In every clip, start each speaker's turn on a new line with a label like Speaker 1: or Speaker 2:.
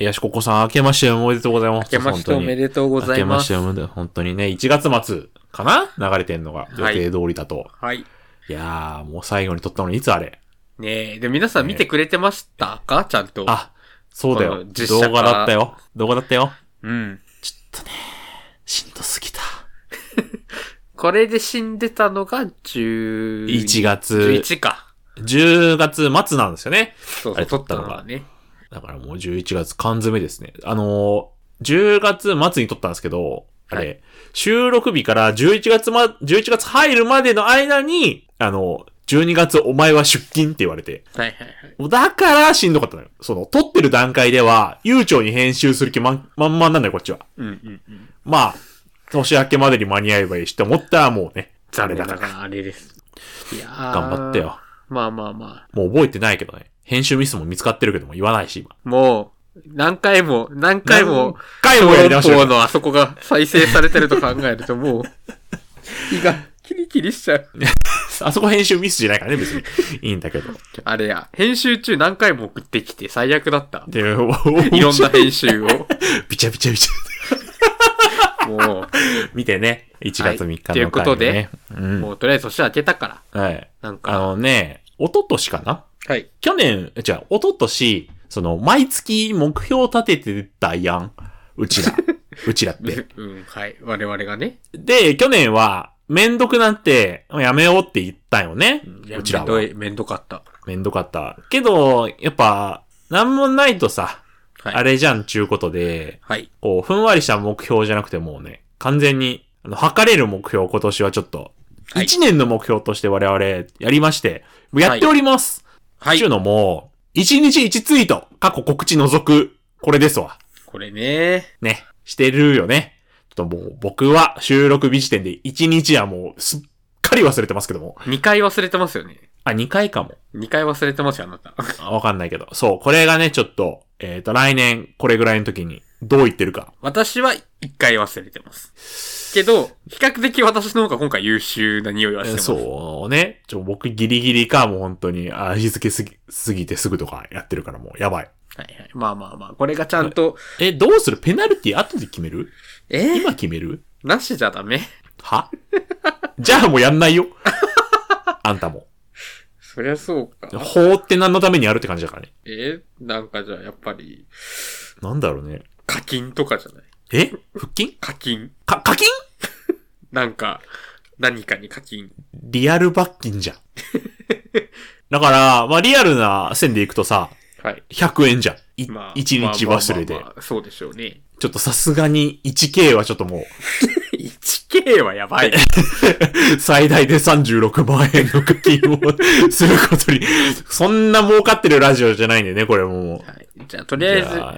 Speaker 1: いやしここさん、明けましておめでとうございます。
Speaker 2: 明けましておめでとうございます。
Speaker 1: 明けましておめでとう。本当にね、1月末かな流れてんのが、予
Speaker 2: はい
Speaker 1: 定通りだと。
Speaker 2: はい。
Speaker 1: いやー、もう最後に撮ったのにいつあれ
Speaker 2: ねえ。で、皆さん見てくれてましたかちゃんと。
Speaker 1: あ、そうだよ
Speaker 2: こ。の実
Speaker 1: 動
Speaker 2: 写
Speaker 1: 画
Speaker 2: 化
Speaker 1: だったよ。動画だったよ。
Speaker 2: うん。
Speaker 1: ちょっとね、しんどすぎた。
Speaker 2: これで死んでたのが10
Speaker 1: 1月、
Speaker 2: 11か。
Speaker 1: 10月末なんですよね。
Speaker 2: そう
Speaker 1: あ
Speaker 2: そう、
Speaker 1: れ
Speaker 2: 撮ったのがね。
Speaker 1: だからもう11月缶詰ですね。あのー、10月末に撮ったんですけど、あれ、
Speaker 2: は
Speaker 1: 収録日から11月ま、11月入るまでの間に、あのー、12月お前は出勤って言われて。
Speaker 2: はいはいはい。
Speaker 1: だからしんどかったのよ。その、撮ってる段階では、悠長に編集する気満満々なんだよ、こっちは。
Speaker 2: うんうんうん。
Speaker 1: まあ、年明けまでに間に合えばいいしって思ったらもうね、あれだ
Speaker 2: な
Speaker 1: か
Speaker 2: が
Speaker 1: ら。
Speaker 2: ら。あれです。いやー
Speaker 1: 頑張って。よ。
Speaker 2: まあまあま
Speaker 1: もう覚えてないけどね。編集ミスも見つかってるけども言わないし、今。
Speaker 2: あ。もう、何回も、何回も、
Speaker 1: 何回もやり直して
Speaker 2: 小
Speaker 1: る
Speaker 2: 籠包のあそこが再生されてると考えると もう、胃がキリキリしちゃう。
Speaker 1: あそこ編集ミスじゃないからね、別に。いいんだけど。
Speaker 2: あれや、編集中何回も送ってきて最悪だった。
Speaker 1: で、
Speaker 2: い
Speaker 1: い
Speaker 2: ろんな編集を。
Speaker 1: びちゃびちゃびち
Speaker 2: も
Speaker 1: ゃ。見てね。1月3日の回、ね
Speaker 2: ということで。
Speaker 1: う
Speaker 2: う、
Speaker 1: ん。
Speaker 2: もうとりあえず年明けたから。
Speaker 1: はい。
Speaker 2: なんか。
Speaker 1: あのね、一昨年かな
Speaker 2: はい。
Speaker 1: 去年、じゃあ、一昨年、その、毎月目標立ててたやん。うち ら。うちらって。
Speaker 2: うん、はい。我々がね。
Speaker 1: で、去年は、めんどくなって、やめようって言ったよね。
Speaker 2: いや
Speaker 1: うちら
Speaker 2: めんど
Speaker 1: は。
Speaker 2: い、めんどかった。
Speaker 1: めんどかった。けど、やっぱ、なんもないとさ、
Speaker 2: はい。
Speaker 1: あれじゃんちゅうことで、
Speaker 2: はい。
Speaker 1: こう、ふんわりした目標じゃなくてもうね、完全に、あの、測れる目標を今年はちょっと、
Speaker 2: はい
Speaker 1: 一年の目標として我々やりまして、やっております。
Speaker 2: は
Speaker 1: っていう
Speaker 2: い。
Speaker 1: のも、一日一ツイート、過去告知除く、これですわ。
Speaker 2: これね。
Speaker 1: ね、してるよね。ちょっともう、僕は収録日時点で一日はもう、すっかり忘れてますけども。
Speaker 2: 2回忘れてますよね。
Speaker 1: あ、2回かも。
Speaker 2: 2回忘れてますよ、あなた。
Speaker 1: あわかんないけど。そう、これがね、ちょっと、えっ、と、来年、これぐらいの時に、どう言ってるか。
Speaker 2: 私は1回忘れてます。けど、比較的私の方が今回優秀な匂いはしてます。
Speaker 1: そうね。ちょ、僕ギリギリか、もう本当に、あ日付すぎ、過ぎてすぐとかやってるからもう、やばい。
Speaker 2: はいはい。まあまあまあ、これがちゃんと、
Speaker 1: え、どうするペナルティ後で決める
Speaker 2: えー
Speaker 1: 今決める
Speaker 2: なしじゃダメ
Speaker 1: は じゃあもうやんない よ。あんたも。
Speaker 2: そりゃそうか。
Speaker 1: 法って何のためにやるって感じだからね。
Speaker 2: えーなんかじゃあやっぱり、
Speaker 1: なんだろうね。
Speaker 2: 課金とかじゃない
Speaker 1: え腹筋
Speaker 2: 課金。
Speaker 1: か、課金
Speaker 2: なんか、何かに課金。
Speaker 1: リアル罰金 じゃん。だから、まあ、リアルな線でいくとさ、
Speaker 2: はい。
Speaker 1: 100円じゃん。い1
Speaker 2: まあ。
Speaker 1: 日忘れ
Speaker 2: まあ
Speaker 1: で
Speaker 2: まあ。まあそうでしょうね。
Speaker 1: ちょっとさすがに 1K はちょっともう、
Speaker 2: 1K はやばい。
Speaker 1: 最大で36万円の課金を することに、そんな儲かってるラジオじゃないんだよね、これもう。
Speaker 2: はい。じゃあ、とりあえず
Speaker 1: じゃあ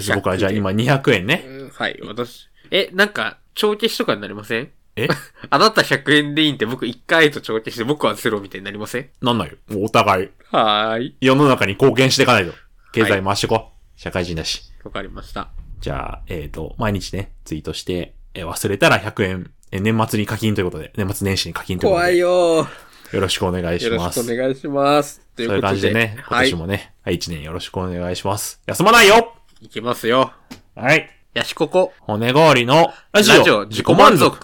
Speaker 1: 私僕はじゃあ今200円ね。
Speaker 2: うん、はい、私。え、なんか、帳消しとかになりません
Speaker 1: え
Speaker 2: あなた100円でいいんで僕1回と帳消して僕はゼロみたいになりません
Speaker 1: なんないよ。もうお互い、
Speaker 2: はーい。
Speaker 1: 世の中に貢献していかないと。経済回してこ。社会人だし。
Speaker 2: わかりました。
Speaker 1: じゃあ、えっ、と、毎日ね、ツイートして、えー忘れたら100円、えー年末に課金ということで、年末年始に課金ということで。よ。
Speaker 2: よー。
Speaker 1: ろしくお願いし
Speaker 2: よろ
Speaker 1: ま
Speaker 2: し
Speaker 1: す。
Speaker 2: くお願いします。という
Speaker 1: そういう
Speaker 2: こと
Speaker 1: 感
Speaker 2: で。
Speaker 1: じでね、今
Speaker 2: はい
Speaker 1: 年。もね、はい、1年よろしくお願いします。休まないよ
Speaker 2: いきますよ。
Speaker 1: はい。
Speaker 2: ヤシココ。
Speaker 1: 骨代わりのラジオ自己満足。。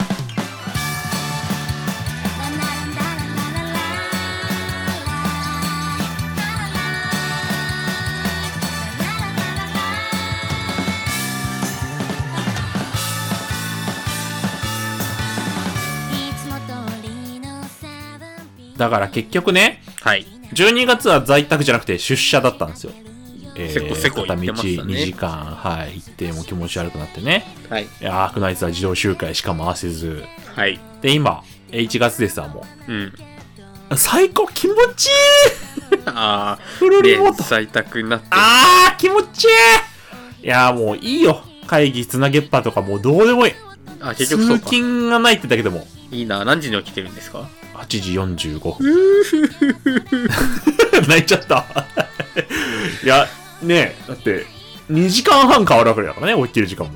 Speaker 1: だから結局ね、
Speaker 2: はい。
Speaker 1: 12月は在宅じゃなくて出社だったんですよ。え
Speaker 2: せこせこ行
Speaker 1: 片
Speaker 2: っ
Speaker 1: 道
Speaker 2: てましたね
Speaker 1: 2時間、はい、行ってもう気持ち悪くなってね。
Speaker 2: はい。
Speaker 1: いやー、アークナイツは自動集会しか回せず。
Speaker 2: はい。
Speaker 1: で、今、えー1月ですわ、も
Speaker 2: うん。
Speaker 1: う。最高気持ちいい
Speaker 2: あー。
Speaker 1: フルリモート
Speaker 2: ね、在宅になって。
Speaker 1: あー、気持ちいいいやー、もういいよ。会議つなげっぱとかもうどうでもいい。
Speaker 2: あ、
Speaker 1: 通
Speaker 2: 結局そうか。
Speaker 1: 勤がないってだけでも、
Speaker 2: いいな。何時に起きてるんですか
Speaker 1: 8時45分。 泣いちゃった。いや、ねえ、だって、2時間半変わるわけだからね、起きてる時間も。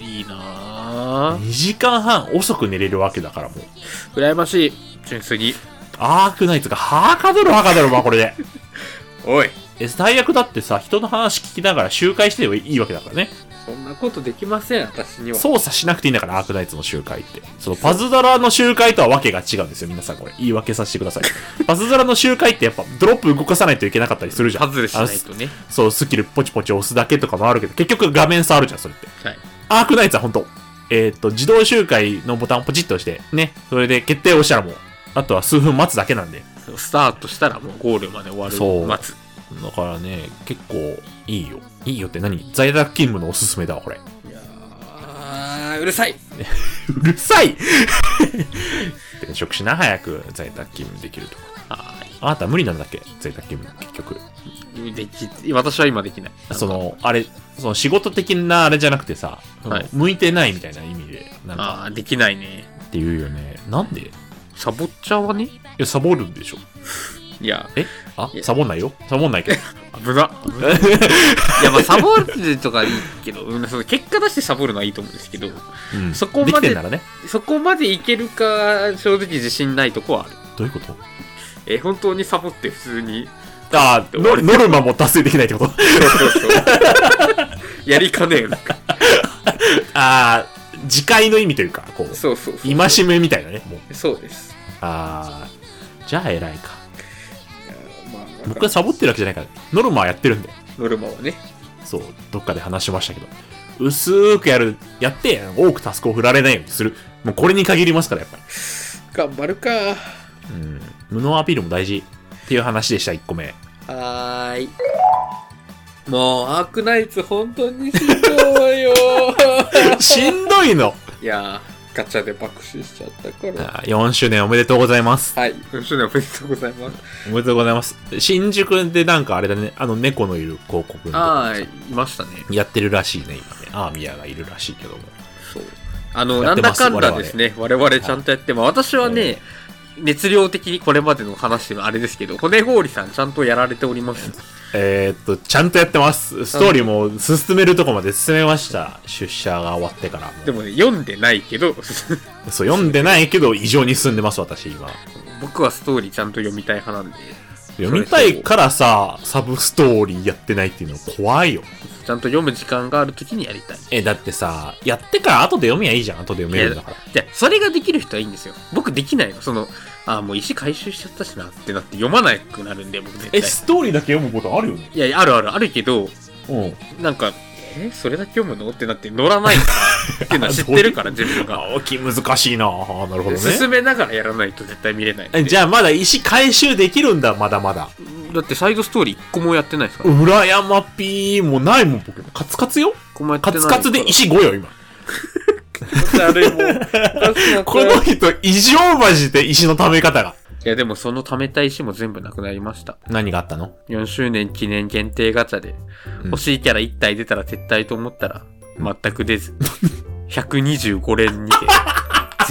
Speaker 2: いいな
Speaker 1: 2時間半遅く寝れるわけだからもう。
Speaker 2: 羨ましい。純粋に。
Speaker 1: アークナイツがはかどるはかどるわ、これで。
Speaker 2: おい。
Speaker 1: え最悪だってさ、人の話聞きながら周回してればいいわけだからね。
Speaker 2: そんなことできません、私には。
Speaker 1: 操作しなくていいんだから、アークナイツの集会って。そのパズドラの集会とはわけが違うんですよ、皆さんこれ。言い訳させてください。 パズドラの集会ってやっぱドロップ動かさないといけなかったりするじゃん。
Speaker 2: ハズレしないとね。
Speaker 1: あのそう、スキルポチポチ押すだけとかもあるけど、結局画面触るじゃん、それって。
Speaker 2: はい。
Speaker 1: アークナイツは本当えーっ、と、自動集会のボタンをポチッと押して、ね、それで決定を押したらもう、あとは数分待つだけなんで。
Speaker 2: スタートしたらもうゴールまで終わる
Speaker 1: そう
Speaker 2: 待つ。
Speaker 1: だからね、結構いいよ。いいよって何在宅勤務のおすすめだわ、これ。
Speaker 2: いやー、うるさい。
Speaker 1: うるさい転職しな、早く在宅勤務できるとこ。
Speaker 2: は
Speaker 1: あなた無理なんだっけ在宅勤務、結局。
Speaker 2: ーい。でき、私は今できない。
Speaker 1: その、あれ、その仕事的なあれじゃなくてさ、その
Speaker 2: はい
Speaker 1: 向いてないみたいな意味で、なんか
Speaker 2: あー、できないね。
Speaker 1: っていうよね。なんでい
Speaker 2: サボっちゃうわね。
Speaker 1: や、サボるんでしょ。
Speaker 2: いや、
Speaker 1: えあ
Speaker 2: いや
Speaker 1: サボんないよ。サボんない けど。
Speaker 2: 危な。いや、まあ、サボるとかいいけど、うんその結果出してサボるのはいいと思うんですけど、
Speaker 1: うん
Speaker 2: そこま
Speaker 1: で
Speaker 2: で
Speaker 1: きてんならね。
Speaker 2: そこまでいけるか、正直自信ないとこはある。
Speaker 1: どういうこと
Speaker 2: えー本当にサボって普通に、
Speaker 1: ああ、ノノルマも達成できないってこと
Speaker 2: そうそうそう。やりかねえよ。
Speaker 1: ああ、自戒の意味というか、こう、
Speaker 2: そうそうそう。
Speaker 1: 戒めみたいなね。もう
Speaker 2: そうです。
Speaker 1: ああ、じゃあ偉いか。
Speaker 2: いやまあ、なん
Speaker 1: 僕は
Speaker 2: か
Speaker 1: サボってるわけじゃないから、ノルマはやってるんで。
Speaker 2: ノルマはね。
Speaker 1: そう、どっかで話しましたけど。薄ーくやる、やって、多くタスクを振られないようにする。もうこれに限りますから、やっぱり。
Speaker 2: 頑張るか。
Speaker 1: うん。無能アピールも大事。っていう話でした、1個目。
Speaker 2: はーい。もう、アークナイツ本当にしんどい よ
Speaker 1: しんどいの
Speaker 2: いやー、ガチャで爆死しちゃったから。
Speaker 1: あー !4 周年おめでとうございます。
Speaker 2: はい、4周年おめでとうございます。
Speaker 1: おめでとうございます。新宿でなんかあれだね、あの猫のいる広告のとこ
Speaker 2: ああ、いましたね。
Speaker 1: やってるらしいね、今ね。アーミヤがいるらしいけども。
Speaker 2: そう。あの、
Speaker 1: や
Speaker 2: な
Speaker 1: っ
Speaker 2: ん
Speaker 1: て
Speaker 2: だ
Speaker 1: ます
Speaker 2: かんだですね、我々ちゃんとやって、まあ私はね、熱量的にこれまでの話のあれですけど、骨氷さんちゃんとやられております。
Speaker 1: えーっと、ちゃんとやってます。ストーリーも進めるとこまで進めました。出社が終わってから。
Speaker 2: でもね、読んでないけど、
Speaker 1: そう、読んでないけど、異常に進んでます、私、今。
Speaker 2: 僕はストーリーちゃんと読みたい派なんで、
Speaker 1: 読みたいからさ、サブストーリーやってないっていうの怖いよ。
Speaker 2: ちゃんと読む時間がある時にやりたい。
Speaker 1: え、だってさ、やってから後で読みゃいいじゃん、後で読めるんだから。
Speaker 2: じゃそれができる人はいいんですよ。僕できないの。その、ああ、もう石回収しちゃったしなってなって読まなくなるんで、僕絶対。
Speaker 1: トーリーだけ読むことあるよね
Speaker 2: いやいや、あるあるあるけど、
Speaker 1: うん。
Speaker 2: なんか、えそれだけ読むのってなって乗らないから、っていうのは知ってる から、自分が。
Speaker 1: あ、大きい難しいなあーなるほどね。
Speaker 2: 進めながらやらないと絶対見れないんで
Speaker 1: えじゃあ、まだ石回収できるんだ、まだまだ。
Speaker 2: だってサイドストーリー1個もやってないですから、
Speaker 1: 裏山ピーもないもん、僕。カツカツよ
Speaker 2: 1個もやって
Speaker 1: カ
Speaker 2: ない
Speaker 1: ツ
Speaker 2: から
Speaker 1: カツで石5よ、今。
Speaker 2: あれもう
Speaker 1: この人、異常マジで石の溜め方が。
Speaker 2: いやでもその貯めた石も全部なくなりました
Speaker 1: 何があったの
Speaker 2: 4周年記念限定ガチャで
Speaker 1: うん
Speaker 2: 欲しいキャラ1体出たら撤退と思ったら全く出ず125連にて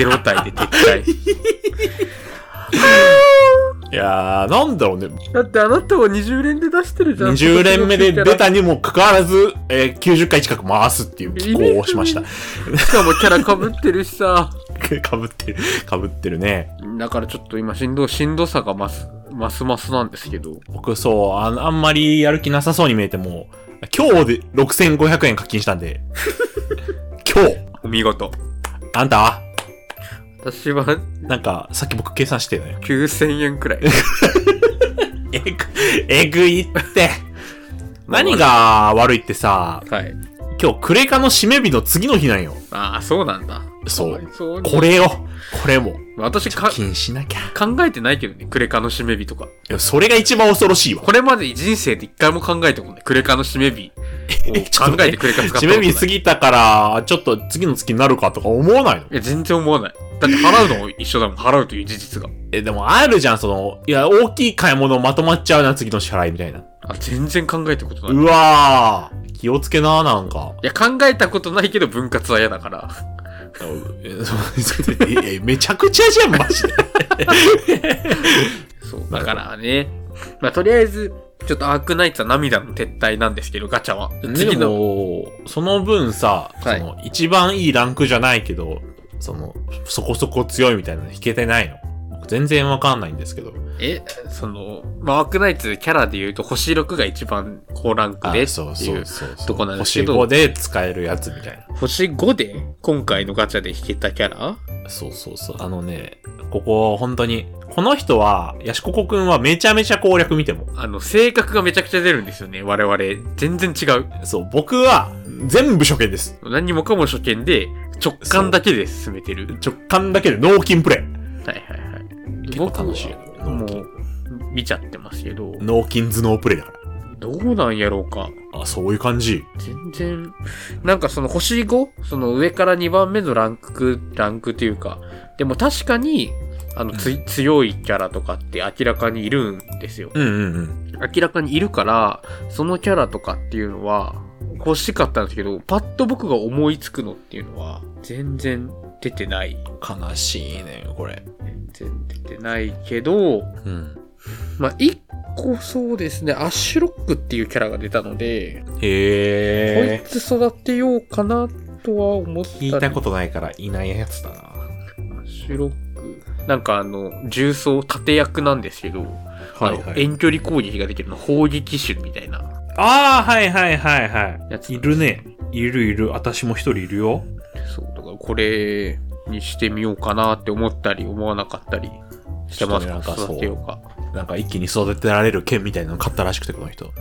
Speaker 2: 0体で撤退
Speaker 1: いやー、なんだろうね。
Speaker 2: だってあなたは20連で出してるじゃん
Speaker 1: 20連目で出たにもかかわらず、えー90回近く回すっていう寄稿をし ました。
Speaker 2: しかもキャラかぶってるしさ
Speaker 1: かぶってる、かぶってるね。
Speaker 2: だからちょっと今しんどしんどさが増すますますなんですけど
Speaker 1: 僕、そうあの、あんまりやる気なさそうに見えても、今日で6500円課金したん で、今日、
Speaker 2: お見事
Speaker 1: あんたは、
Speaker 2: 私は
Speaker 1: なんか、さっき僕計算してたよね。
Speaker 2: 9000円 くらい。
Speaker 1: えぐ、えぐいって。何が悪いってさ、
Speaker 2: はい。
Speaker 1: 今日クレカの締め日の次の日なんよ。
Speaker 2: ああ、そうなんだ。
Speaker 1: そう。
Speaker 2: そう
Speaker 1: これよ。これも。
Speaker 2: 私か
Speaker 1: 課金しなきゃ。
Speaker 2: 考えてないけどね、クレカの締め日とか。
Speaker 1: いやそれが一番恐ろしいわ。
Speaker 2: これまで人生で一回も考えてもね、クレカの締め日を
Speaker 1: ちょっと
Speaker 2: 考えてクレカ使ったこと
Speaker 1: 締
Speaker 2: ない。
Speaker 1: め日過ぎたから、ちょっと次の月になるかとか思わないの
Speaker 2: いや、全然思わない。だって払うのも一緒だもん、払うという事実が。
Speaker 1: え、でもあるじゃん、その、いや、大きい買い物まとまっちゃうな、次の支払いみたいな。
Speaker 2: あ、全然考えたことない。
Speaker 1: う
Speaker 2: い
Speaker 1: わー、気をつけな、なんか。
Speaker 2: や、考えたことないけど分割は嫌だから。
Speaker 1: えそう ええめちゃくちゃじゃん、マジ で。
Speaker 2: そう。だからね。まあ、とりあえず、ちょっとアークナイツは涙の撤退なんですけど、ガチャは。次
Speaker 1: で
Speaker 2: の。
Speaker 1: も、その分さ、
Speaker 2: はい
Speaker 1: その、一番いいランクじゃないけど、その、そこそこ強いみたいなの引けてないの。全然わかんないんですけど。
Speaker 2: え、その、まあ、ワークナイツキャラで言うと星6が一番高ランクでっていう。
Speaker 1: そうそうそうそう。
Speaker 2: とこなんですけど
Speaker 1: 星5で使えるやつみたいな。
Speaker 2: 星5で今回のガチャで引けたキャラ
Speaker 1: そうそうそう。あのね、ここ本当に、この人は、ヤシココくんはめちゃめちゃ攻略見ても。
Speaker 2: あの、性格がめちゃくちゃ出るんですよね。我々。全然違う。
Speaker 1: そう、僕は全部初見です。
Speaker 2: 何もかも初見で直感だけで進めてる。
Speaker 1: 直感だけで脳筋プレイ。
Speaker 2: はいはいはい。
Speaker 1: 結構楽しいよ
Speaker 2: 僕はもう、見ちゃってますけど、
Speaker 1: 脳筋頭脳プレイだか
Speaker 2: どうなんやろうか。
Speaker 1: ら。あ、そういう感じ。
Speaker 2: 全然、なんかその星 5? その上から2番目のランク、ランクというか、でも確かに、あの、つ、強いキャラとかって明らかにいるんですよ。
Speaker 1: うんうんうん。
Speaker 2: 明らかにいるから、そのキャラとかっていうのは欲しかったんですけど、パッと僕が思いつくのっていうのは、全然出てない。
Speaker 1: 悲しいね、これ。
Speaker 2: 全然出てないけど、
Speaker 1: うん。
Speaker 2: まあ、一個そうですね、アッシュロックっていうキャラが出たので、こい
Speaker 1: へえ。
Speaker 2: つ育てようかなとは思ったり
Speaker 1: 聞いたことないからいないやつだな。
Speaker 2: アッシュロック。なんかあの、重装盾役なんですけど、あの。遠距離攻撃ができるの砲撃手みたいな
Speaker 1: ああ、はいはいはいは
Speaker 2: やつ。
Speaker 1: い。いるね。いるいる。私も一人いるよ。
Speaker 2: そう、だからこれにしてみようかなって思ったり、思わなかったりしてます
Speaker 1: ちょっとねなんかそう
Speaker 2: 育てようか。
Speaker 1: なんか一気に育てられる剣みたいなの買ったらしくて、この人。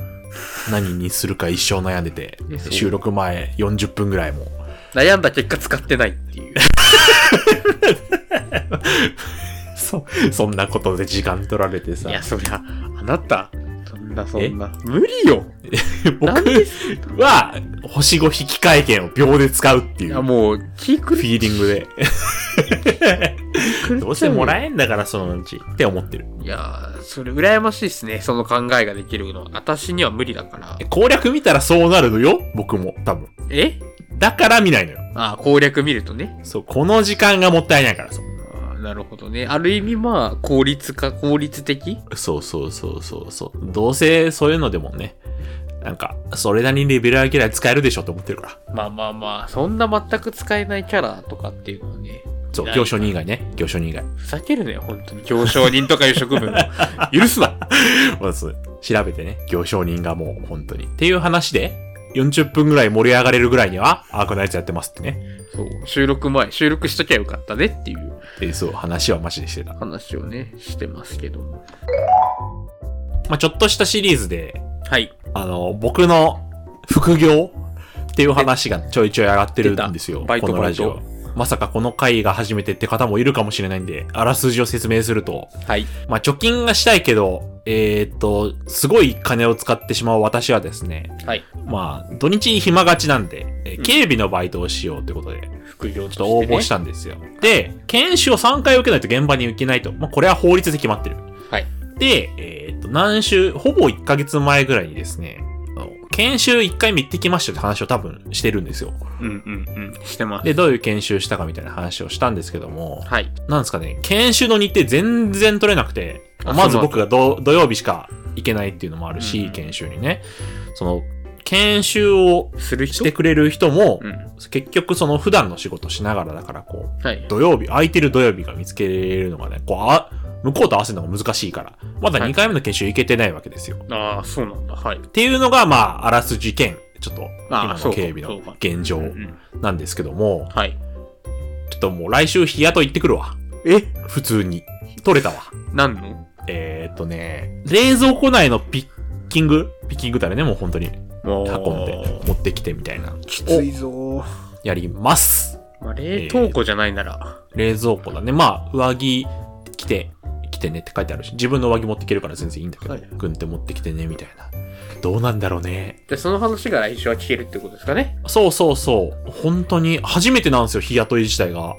Speaker 1: 何にするか一生悩んでて
Speaker 2: え、そう
Speaker 1: 収録前40分ぐらいも。
Speaker 2: 悩んだ結果使ってないっていう。
Speaker 1: そ、そんなことで時間取られて
Speaker 2: い
Speaker 1: さ。
Speaker 2: や、そりゃ、あなた、そんなそんな。無理よな
Speaker 1: 僕
Speaker 2: んですい
Speaker 1: は、星5引き換え券を秒で使うっていう、
Speaker 2: や、
Speaker 1: フ
Speaker 2: もう、気狂っ
Speaker 1: ィーリング で。
Speaker 2: 狂っちゃうよ
Speaker 1: どうせもらえんだから、そのうち。って思ってる。
Speaker 2: いやー、それ羨ましいですね。その考えができるのは。私には無理だから。
Speaker 1: 攻略見たらそうなるのよ、僕も、多分。
Speaker 2: え
Speaker 1: だから見ないのよ。
Speaker 2: あー攻略見るとね。
Speaker 1: そう、この時間がもったいないから、そう。
Speaker 2: あーなるほどね。ある意味まあ、効率化、効率的
Speaker 1: そうそうそうそうそう。どうせそういうのでもね、なんか、それなりにレベル上げら使えるでしょって思ってるから。
Speaker 2: まあまあまあ、そんな全く使えないキャラとかっていうのはね、
Speaker 1: そう、
Speaker 2: ない
Speaker 1: 行商人以外ね。行商人以外。
Speaker 2: ふざけるね、本当に。行商人とかいう職務 も許すな
Speaker 1: まず、調べてね、行商人がもう本当に。っていう話で、40分ぐらい盛り上がれるぐらいには、アークナイツやってますってね。
Speaker 2: そう、収録前、収録しときゃよかったねっていう
Speaker 1: っていう、そう、話はマジでしてた。ま
Speaker 2: 話をね、してますけども。
Speaker 1: あ、ちょっとしたシリーズで、
Speaker 2: はい。
Speaker 1: あの、僕の副業っていう話がちょいちょい上がってるんですよ。
Speaker 2: 出たバイト
Speaker 1: このラジ
Speaker 2: バ
Speaker 1: オ
Speaker 2: イ。
Speaker 1: まさかこの回が初めてって方もいるかもしれないんで、あらすじを説明すると、
Speaker 2: はい。
Speaker 1: まあ、貯金がしたいけど、えーっと、すごい金を使ってしまう私はですね、
Speaker 2: はい。
Speaker 1: まあ、土日暇がちなんで、えー
Speaker 2: うん
Speaker 1: 警備のバイトをしようってことで、
Speaker 2: 副業
Speaker 1: ちょっと応募したんですよ。で、研修を3回受けないと現場に行けないと。まあ、これは法律で決まってる。
Speaker 2: はい。
Speaker 1: で、えーっと、何週、ほぼ1ヶ月前ぐらいにですね、あの研修1回目行ってきましたって話を多分してるんですよ。
Speaker 2: うんうんうん。してます。
Speaker 1: で、どういう研修したかみたいな話をしたんですけども、
Speaker 2: はい。
Speaker 1: なんですかね、研修の日程全然取れなくて、
Speaker 2: あ
Speaker 1: まず
Speaker 2: そうなん
Speaker 1: 僕
Speaker 2: だ
Speaker 1: が土土曜日しか行けないっていうのもあるし、
Speaker 2: うん
Speaker 1: 研修にね。その、研修を
Speaker 2: する
Speaker 1: し
Speaker 2: 人
Speaker 1: てくれる人も、
Speaker 2: うん。
Speaker 1: 結局その普段の仕事しながらだから、こう、
Speaker 2: はい。
Speaker 1: 土曜日、空いてる土曜日が見つけるのがね、こう、あ、向こうと合わせるのが難しいから、まだ
Speaker 2: はい
Speaker 1: 2回目の研修行けてないわけですよ。っ
Speaker 2: ああ、そうなんだ。はい。
Speaker 1: ていうのが、まあ、あらすじ兼、ちょっと、
Speaker 2: あ
Speaker 1: 今
Speaker 2: そ
Speaker 1: の
Speaker 2: うか
Speaker 1: 警備
Speaker 2: そ
Speaker 1: の
Speaker 2: うか
Speaker 1: 現状
Speaker 2: うん。
Speaker 1: なんですけども、
Speaker 2: はい。
Speaker 1: ちょっともう来週日雇い行ってくるわ。
Speaker 2: え
Speaker 1: 普通に。取れたわ。
Speaker 2: 何の
Speaker 1: えーっとね、冷蔵庫内のピッキングピッキングだよね、もう本当に。
Speaker 2: も
Speaker 1: 運んで、持ってきてみたいな。
Speaker 2: きついぞー。
Speaker 1: やります。
Speaker 2: まあ、冷凍庫じゃないなら、
Speaker 1: 冷蔵庫だね。まあ、上着着て、着てねって書いてあるし、自分の上着持ってきてるから全然いいんだけど、
Speaker 2: はい
Speaker 1: 軍手持ってきてね、みたいな。どうなんだろうね。
Speaker 2: でその話が来週は聞けるってことですかね
Speaker 1: そうそうそう。本当に、初めてなんですよ、日雇い自体が。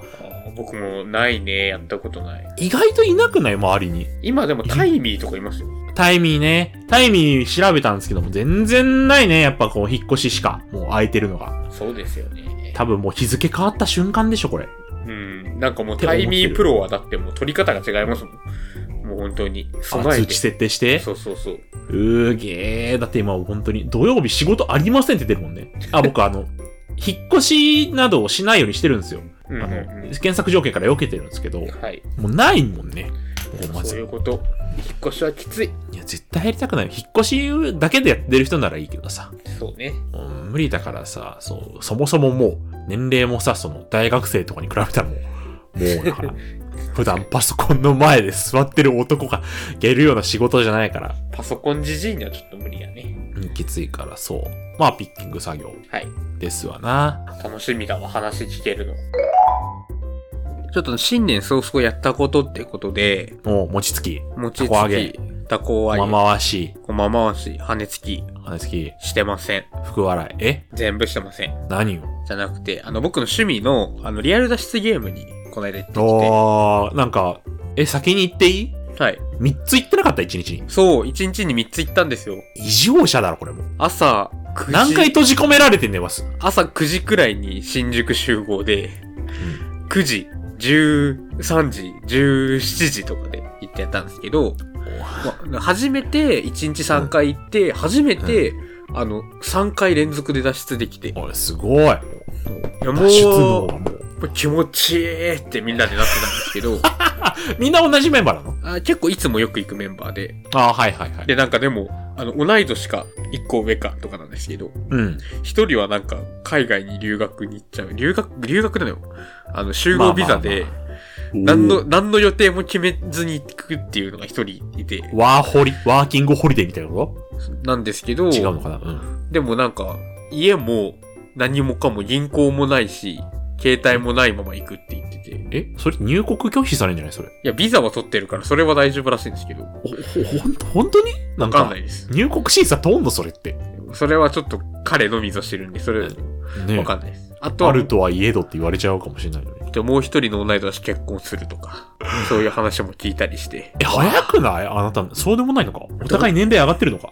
Speaker 2: 僕もないねやったことない
Speaker 1: 意外といなくない周りに。
Speaker 2: 今でもタイミーとかいますよ
Speaker 1: タイミーね。タイミー調べたんですけども、全然ないね。やっぱこう、引っ越ししか、もう空いてるのが。
Speaker 2: そうですよね
Speaker 1: 多分もう日付変わった瞬間でしょ、これ。
Speaker 2: うんなんかもうタイミープロはだってもう取り方が違いますもんもう本当に
Speaker 1: あ
Speaker 2: 備え
Speaker 1: 通
Speaker 2: て
Speaker 1: 知設定して。
Speaker 2: そうそうそう
Speaker 1: うーげー。だって今本当に土曜日仕事ありませんって出るもんね。あ、僕あの、 引っ越しなどをしないようにしてるんですよ。
Speaker 2: うん
Speaker 1: あ
Speaker 2: うん
Speaker 1: の、
Speaker 2: う
Speaker 1: 検索条件から避けてるんですけど、
Speaker 2: んはい
Speaker 1: もうないもんね。ここま
Speaker 2: そう
Speaker 1: ず
Speaker 2: いうこと。引っ越しはきつい。
Speaker 1: いや絶対入りたくない引っ越しだけでやってる人ならいいけどさ、
Speaker 2: そうね。
Speaker 1: うん、無理だからさそうそもそももう年齢もさその大学生とかに比べたらもうもうだから 普段パソコンの前で座ってる男がやるような仕事じゃないから
Speaker 2: パソコンじじいにはちょっと無理やね。
Speaker 1: うんきついからそうまあピッキング作業
Speaker 2: はい。
Speaker 1: ですわな
Speaker 2: 楽しみだわ、話聞けるの。ちょっと新年早々やったことってことで、
Speaker 1: もう餅つき
Speaker 2: 餅つ
Speaker 1: たこ揚げ
Speaker 2: き、たこ揚げ、
Speaker 1: ま回し
Speaker 2: ごま回し、羽根つき、
Speaker 1: 羽つき
Speaker 2: してません。
Speaker 1: 福笑いえ
Speaker 2: 全部してません。
Speaker 1: 何を
Speaker 2: じゃなくて、あの、僕の趣味の、あの、リアル脱出ゲームに、この間行ってきて
Speaker 1: あーなんかえ先に行っていい、
Speaker 2: はい。
Speaker 1: ?3 つ行ってなかった1日に
Speaker 2: そう、一日に3つ行ったんですよ。
Speaker 1: 異常者だろこれもう
Speaker 2: 朝9時、
Speaker 1: 何回閉じ込められて寝ます
Speaker 2: 朝9時くらいに新宿集合で、9時、13時、17時とかで行ってやったんですけど、まあ初めて1日3回行って、初めて、あの、3回連続で脱出できて、い
Speaker 1: おいすごい
Speaker 2: やも
Speaker 1: 脱出能
Speaker 2: う
Speaker 1: が、もう
Speaker 2: もう気持ちいいってみんなでなってたんです けど、
Speaker 1: みんな同じメンバーなの
Speaker 2: あ結構いつもよく行くメンバーで、
Speaker 1: あーはいはいはい
Speaker 2: で、なんかでも、あの、同い年か、1個上かとかなんですけど、
Speaker 1: うん
Speaker 2: 一人はなんか、海外に留学に行っちゃう。留学、留学なのよ。あの、集合ビザで、
Speaker 1: まあまあ
Speaker 2: 何
Speaker 1: まあ
Speaker 2: の、何の予定も決めずに行くっていうのが一人いて、
Speaker 1: おーワーホリワーキングホリデーみたいなこ
Speaker 2: なんですけど、
Speaker 1: と違うのかなうん
Speaker 2: でもなんか、家も何もかも銀行もないし、携帯もないまま行くって言ってて、い
Speaker 1: えそれ入国拒否されるんじゃないそれ
Speaker 2: や、ビザは取ってるからそれは大丈夫らしいんですけど、わ
Speaker 1: おほほん本当になん
Speaker 2: かん
Speaker 1: か
Speaker 2: ないです。
Speaker 1: 入国審査通んのそれって
Speaker 2: それはちょっと彼のみぞ知るんで、それ、
Speaker 1: ね
Speaker 2: わかんないです。あと
Speaker 1: あ
Speaker 2: は、
Speaker 1: るとはいえどって言われちゃうかもしれないのに
Speaker 2: もう一人の同い年結婚する とか、そういう話も聞いたりして。
Speaker 1: え、早くないあなた、そうでもないのかお互い年齢上がってるのか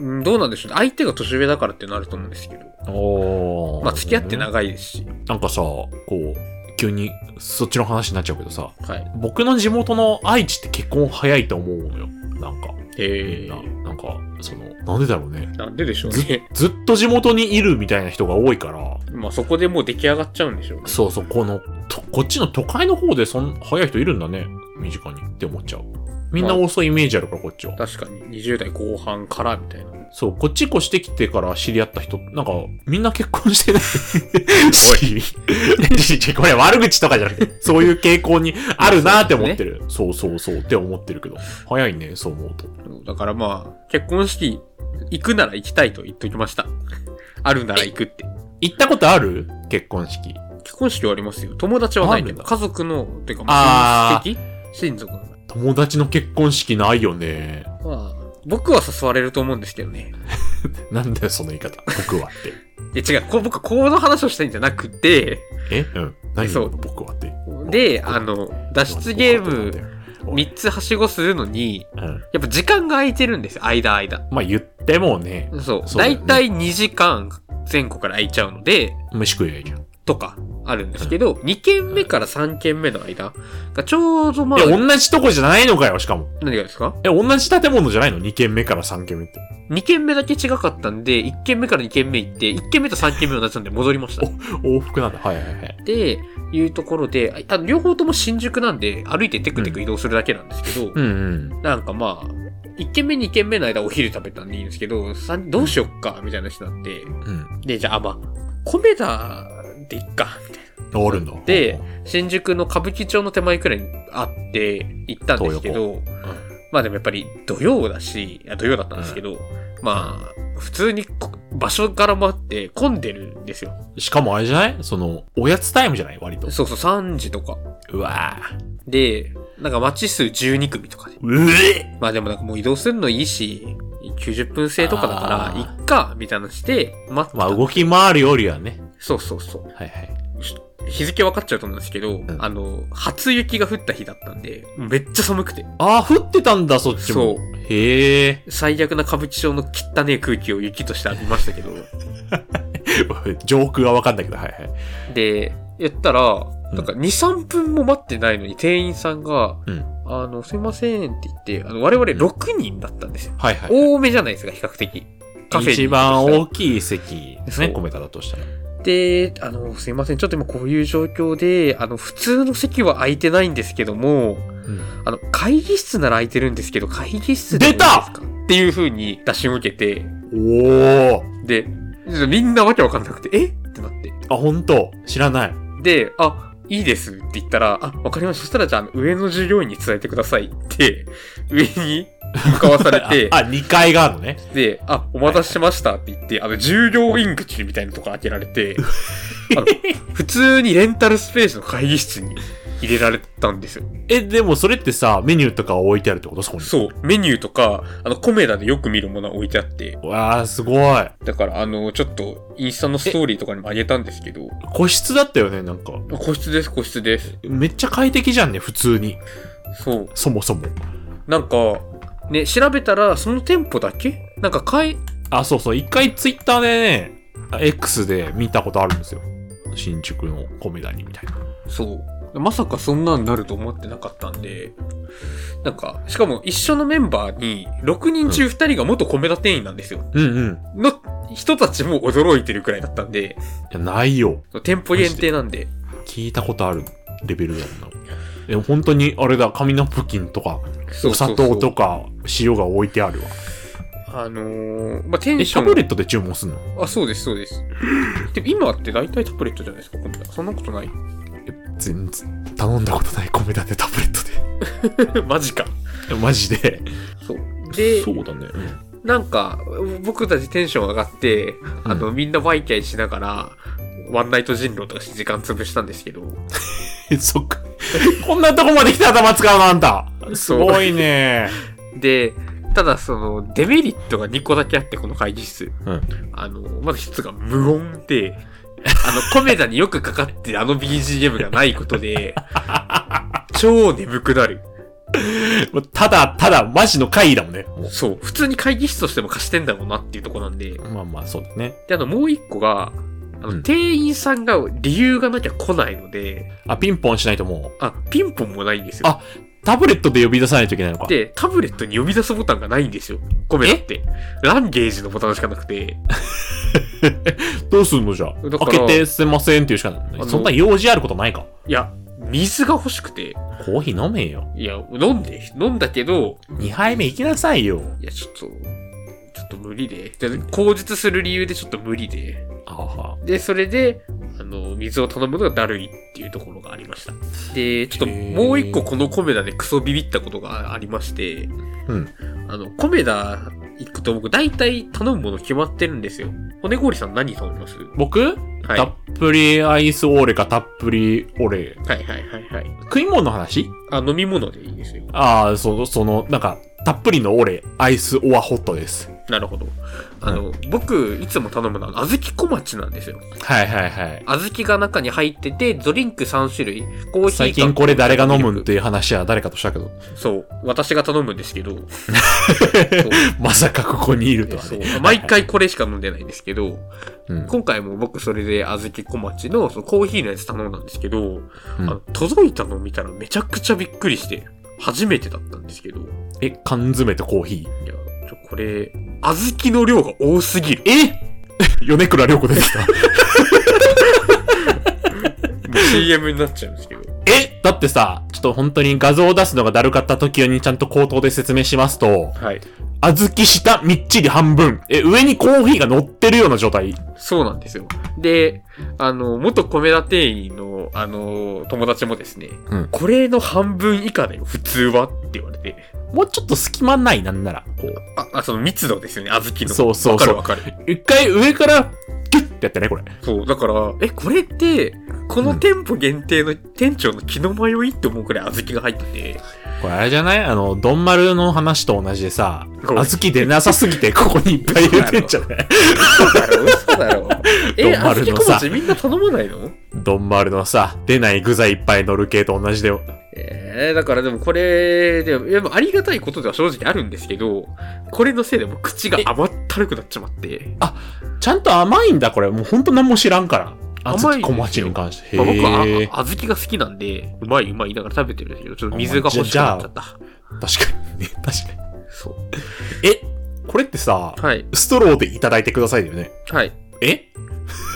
Speaker 2: うんどうなんでしょうね。相手が年上だからってなると思うんですけど。
Speaker 1: お
Speaker 2: まあ、付き合って
Speaker 1: い。
Speaker 2: 長いですし。
Speaker 1: なんかさ、こう、急にそっちの話になっちゃうけどさ、
Speaker 2: はい。
Speaker 1: 僕の地元の愛知って結婚早いと思うのよ。なんか、み
Speaker 2: え
Speaker 1: んな。なんか、その、なんでだろうね。
Speaker 2: ー、なんででしょうね。
Speaker 1: ずっと地元にいるみたいな人が多いから、
Speaker 2: まあ、そこでもう出来上がっちゃうんでしょうね。
Speaker 1: そうそう、この、とこっちの都会の方でそん、早い人いるんだね。身近にって思っちゃう。みんな遅いイメージあるから、こっちは。
Speaker 2: 確かに、20代後半からみたいな。
Speaker 1: そう、こっち越してきてから知り合った人、なんか、みんな結婚してない。 おい。これ悪口とかじゃなくて、そういう傾向にあるなーって思ってる。そうそうそうって思ってるけど。早いね、そう思うと。
Speaker 2: だからまあ、結婚式、行くなら行きたいと言っときました。 あるなら行くって。
Speaker 1: 行ったことある結婚式。
Speaker 2: 結婚式はありますよ。友達はないけ
Speaker 1: あるん
Speaker 2: ど、
Speaker 1: だ
Speaker 2: 家族の、ていうか、ま
Speaker 1: あ
Speaker 2: あ、親戚親族の。
Speaker 1: 友達の結婚式ないよね。
Speaker 2: まあ、僕は誘われると思うんですけどね。
Speaker 1: なんだよ、その言い方。僕はって。
Speaker 2: いや違う、こう僕、この話をしたいんじゃなくて、
Speaker 1: えうん。何
Speaker 2: そ
Speaker 1: そうう僕はって。
Speaker 2: で、あの、脱出ゲーム、
Speaker 1: み、
Speaker 2: 3つはしごするのに、
Speaker 1: うん。
Speaker 2: やっぱ時間が空いてるんですよ、間間。
Speaker 1: まあ言ってもね、
Speaker 2: そう。
Speaker 1: そうだ
Speaker 2: だ
Speaker 1: よ
Speaker 2: い
Speaker 1: ね
Speaker 2: たい2時間前後から空いちゃうので、
Speaker 1: 飯食えばいいじゃん。い
Speaker 2: とか、あるんですけど、2軒目から3軒目の間がちょうどまあ、
Speaker 1: や、同じとこじゃないのかよ、しかも。
Speaker 2: 何がですか
Speaker 1: え、同じ建物じゃないの ?2 軒目から3軒目って。
Speaker 2: ?2 軒目だけ違かったんで、1軒目から2軒目行って、1軒目と3軒目同じなんで戻りました。
Speaker 1: 往復なんだ。はいはいはい。
Speaker 2: で、いうところで、ああの両方とも新宿なんで、歩いてテクテク移動するだけなんですけど、
Speaker 1: うんうん。
Speaker 2: なんかまあ、1軒目2軒目の間お昼食べたんでいいんですけど、さんどうしよっか、みたいな人になって、
Speaker 1: うん。
Speaker 2: で、じゃあ、あまあ、米田でいっか、みたいな。
Speaker 1: あるんだ。
Speaker 2: で、新宿の歌舞伎町の手前くらいにあって行ったんですけど、まあでもやっぱり土曜だし、いや土曜だったんですけど、まあ、普通にこ場所からもあって混んでるんですよ。
Speaker 1: しかもあれじゃないその、おやつタイムじゃない割と。
Speaker 2: そうそう、3時とか。
Speaker 1: うわぁ。
Speaker 2: で、なんか街数12組とかで。
Speaker 1: うえ
Speaker 2: まあでもなんかもう移動するのいいし、90分制とかだか
Speaker 1: あ
Speaker 2: ら、い
Speaker 1: ー
Speaker 2: っか、みたいなのして、待って
Speaker 1: ま
Speaker 2: た
Speaker 1: あ、動き回るよりはね。
Speaker 2: そうそうそう。
Speaker 1: はいはい。
Speaker 2: 日付分かっちゃうと思うんですけど、
Speaker 1: ん
Speaker 2: あの、初雪が降った日だったんで、めっちゃ寒くて、
Speaker 1: あー、降ってたんだ、そっちも。
Speaker 2: そう
Speaker 1: へえ。
Speaker 2: 最悪な歌舞伎町の汚ね空気を雪として浴びましたけど、
Speaker 1: 上空はわかんないけど、はいはい。
Speaker 2: で、言ったら、なんか2、3分も待ってないのに店員さんが、
Speaker 1: うん。
Speaker 2: あの、すいませんって言って、あの、我々6人だったんですよ。
Speaker 1: はいはい。
Speaker 2: 多めじゃないですか、比較的。カフェに
Speaker 1: 一番大きい席ですね、
Speaker 2: そう
Speaker 1: コメダだとしたら。
Speaker 2: で、あの、すいません。ちょっと今こういう状況で、あの、普通の席は空いてないんですけども、あの、会議室なら空いてるんですけど、会議室でもいいですかっていう風に打診を受けて、
Speaker 1: おお
Speaker 2: で、みんなわけわかんなくて、えってなって。
Speaker 1: あ、本当知らない。、
Speaker 2: で、あ、いいですって言ったら、あ、わかりました。そしたらじゃああの、上の従業員に伝えてくださいって、上に向かわされて
Speaker 1: あ、あ2階があるのね。
Speaker 2: で、あ、お待たせしましたって言って、あの、従業員口みたいなとこ開けられて、あの、普通にレンタルスペースの会議室に入れられたんですよ。
Speaker 1: え、でもそれってさ、メニューとか置いてあるってことそこに。
Speaker 2: そう、メニューとか、あの、コメダでよく見るものは置いてあって、
Speaker 1: う。わあ、すごい。
Speaker 2: だから、あの、ちょっと、インスタのストーリーとかにもあげたんですけど、
Speaker 1: 個室だったよね、なんか。
Speaker 2: 個室です、個室です。
Speaker 1: めっちゃ快適じゃんね、普通に。
Speaker 2: そう。
Speaker 1: そもそも。
Speaker 2: なんか、ね、調べたら、その店舗だけなんか、かい、
Speaker 1: あ、そうそう、一回ツイッターでね、X で見たことあるんですよ。新宿のコメダにみたいな。
Speaker 2: そう。まさかそんなになると思ってなかったんで、なんか、しかも一緒のメンバーに、6人中2人が元米田店員なんですよ。
Speaker 1: うんうん。い
Speaker 2: の人たちも驚いてるくらいだったんで、
Speaker 1: や、ないよ。
Speaker 2: 店舗限定なんで、
Speaker 1: 聞いたことあるレベルだもんな。でも本当に、あれだ、紙ナプキンとか、
Speaker 2: そ
Speaker 1: お
Speaker 2: うそ
Speaker 1: 砂
Speaker 2: うそう
Speaker 1: 糖と。か、塩が置いてあるわ。
Speaker 2: あのー、まあ、テ
Speaker 1: え、
Speaker 2: ン
Speaker 1: シ
Speaker 2: ショ
Speaker 1: ャ
Speaker 2: ン。
Speaker 1: ブレットで注文すんの
Speaker 2: あ、そうです、そうです。でも今って大体タブレットじゃないですか、米田。そんなことない
Speaker 1: 全然、頼んだことない米だね、タブレット
Speaker 2: マジか。
Speaker 1: で。マジで。
Speaker 2: そう。で、
Speaker 1: そうだね。
Speaker 2: なんか、僕たちテンション上がって、あの、みんなワイキャイしながら、ワンナイト人狼とかして時間潰したんですけど、
Speaker 1: え、そっか。 こんなとこまで来て頭使うの、あんた。すごいね。
Speaker 2: で、ただその、デメリットが2個だけあって、この会議室。
Speaker 1: うん
Speaker 2: あの、まず1つが無音で、あの、コメダによくかかってるあの BGM がないこ とで、超眠くなる。
Speaker 1: もうただ、ただ、マジの会議だもんね。も
Speaker 2: そう。普通に会議室としても貸してんだろうなっていうところなんで。
Speaker 1: うまあまあ、そうだね。
Speaker 2: で、あの、もう1個が、あの、
Speaker 1: うん
Speaker 2: 店員さんが理由がなきゃ来ないので、
Speaker 1: あ、ピンポンしないとも
Speaker 2: あ、ピンポンもないんですよ。
Speaker 1: あう、タブレットで呼び出さないといけないのか。
Speaker 2: で、タブレットに呼び出すボタンがないんですよ。コメダって。ランゲージのボタンしかなくて。
Speaker 1: どうすんのじゃあ
Speaker 2: だ。から
Speaker 1: 開けてすいませんっていうしかな
Speaker 2: あの
Speaker 1: い。そんな用事あることないか。
Speaker 2: いや、水が欲しくて。
Speaker 1: コーヒー飲めよ。
Speaker 2: いや、飲んで、飲んだけど、
Speaker 1: 2杯目行きなさいよ。
Speaker 2: いや、ちょっと、ちょっと無理で。で、口述する理由でちょっと無理で。
Speaker 1: あは。
Speaker 2: で、それで、あの、水を頼むのがだるいっていうところがありました。で、ちょっともう一個このコメダでクソビビったことがありまして、
Speaker 1: うん。
Speaker 2: あの、コメダ行くと僕大体頼むもの決まってるんですよ。骨氷さん何頼みます
Speaker 1: 僕、
Speaker 2: はい。
Speaker 1: た
Speaker 2: は
Speaker 1: っぷりアイスオーレかたっぷりオレ。
Speaker 2: いはいはいはい。
Speaker 1: 食い物の話
Speaker 2: あ、飲み物でいいですよ。
Speaker 1: ああ、その、その、なんか、たっぷりのオレ、アイスオアホットです。
Speaker 2: なるほど。あの、僕、いつも頼むのは、あずき小町なんですよ。
Speaker 1: はいはいはい。
Speaker 2: 小豆が中に入ってて、ドリンク3種類、コーヒーか
Speaker 1: 最近これ誰が飲むんっていう話は誰かとしたけど、
Speaker 2: そう、私が頼むんですけ ど、
Speaker 1: まさかここにいるとは
Speaker 2: そう
Speaker 1: ね。
Speaker 2: 毎回これしか飲んでないんですけど、
Speaker 1: うん
Speaker 2: 今回も僕それで小豆小町のそのコーヒーのやつ頼んだんですけど、
Speaker 1: うん
Speaker 2: あの届いたのを見たらめちゃくちゃびっくりして、初めてだったんですけど、い
Speaker 1: え、缶詰とコーヒ
Speaker 2: や、ちょこれ、小豆の量が多すぎる。
Speaker 1: ー。え 米倉涼子出てき た。
Speaker 2: もう CM になっちゃうんですけど。
Speaker 1: えだってさ、ちょっと本当に画像を出すのがだるかった時にちゃんと口頭で説明しますと、
Speaker 2: はい。
Speaker 1: 小豆下みっちり半分、え、上にコーヒーが乗ってるような状態。
Speaker 2: そうなんですよ。で、あの、元米田店員の、あの、友達もですね、
Speaker 1: うん
Speaker 2: これの半分以下だよ、普通はって言われて。
Speaker 1: もうちょっと隙間ないなんなら、こう。
Speaker 2: あ、あその密度ですよね、小豆の。
Speaker 1: そうそうそう
Speaker 2: わかるわかる。
Speaker 1: 一回上から、ギュッてやってね、これ。
Speaker 2: そう、だから、え、これって、この店舗限定の店長の気の迷いって思うくらい小豆が入ってて、
Speaker 1: これあれじゃないあの、ドンマルの話と同じでさ、小
Speaker 2: こう
Speaker 1: 豆出なさすぎてここにいっぱい入れてんじゃ ない
Speaker 2: 嘘だろ、嘘だろ。 え、
Speaker 1: どんまる
Speaker 2: 小豆
Speaker 1: の
Speaker 2: 小
Speaker 1: さ
Speaker 2: 町みんな頼まないの
Speaker 1: ドンマルのさ、出ない具材いっぱい乗る系と同じだよ。
Speaker 2: えー、だからでもこれ、でも、いやでもありがたいことでは正直あるんですけど、これのせいでもう口が甘ったるくなっちまって。
Speaker 1: ちゃんと甘いんだ、これ。もうほんと何も知らんから。
Speaker 2: 甘い
Speaker 1: 小豆小町に関して。
Speaker 2: まあ、僕
Speaker 1: へー
Speaker 2: はあ小豆が好きなんで、うまいうまい言いながら食べてるんですけど、ちょっと水が欲しくなっちゃった。
Speaker 1: 確かにね、確かに。
Speaker 2: そう。
Speaker 1: え、これってさ、
Speaker 2: はい。
Speaker 1: ストローでいただいてくださいだよね。
Speaker 2: はい。
Speaker 1: え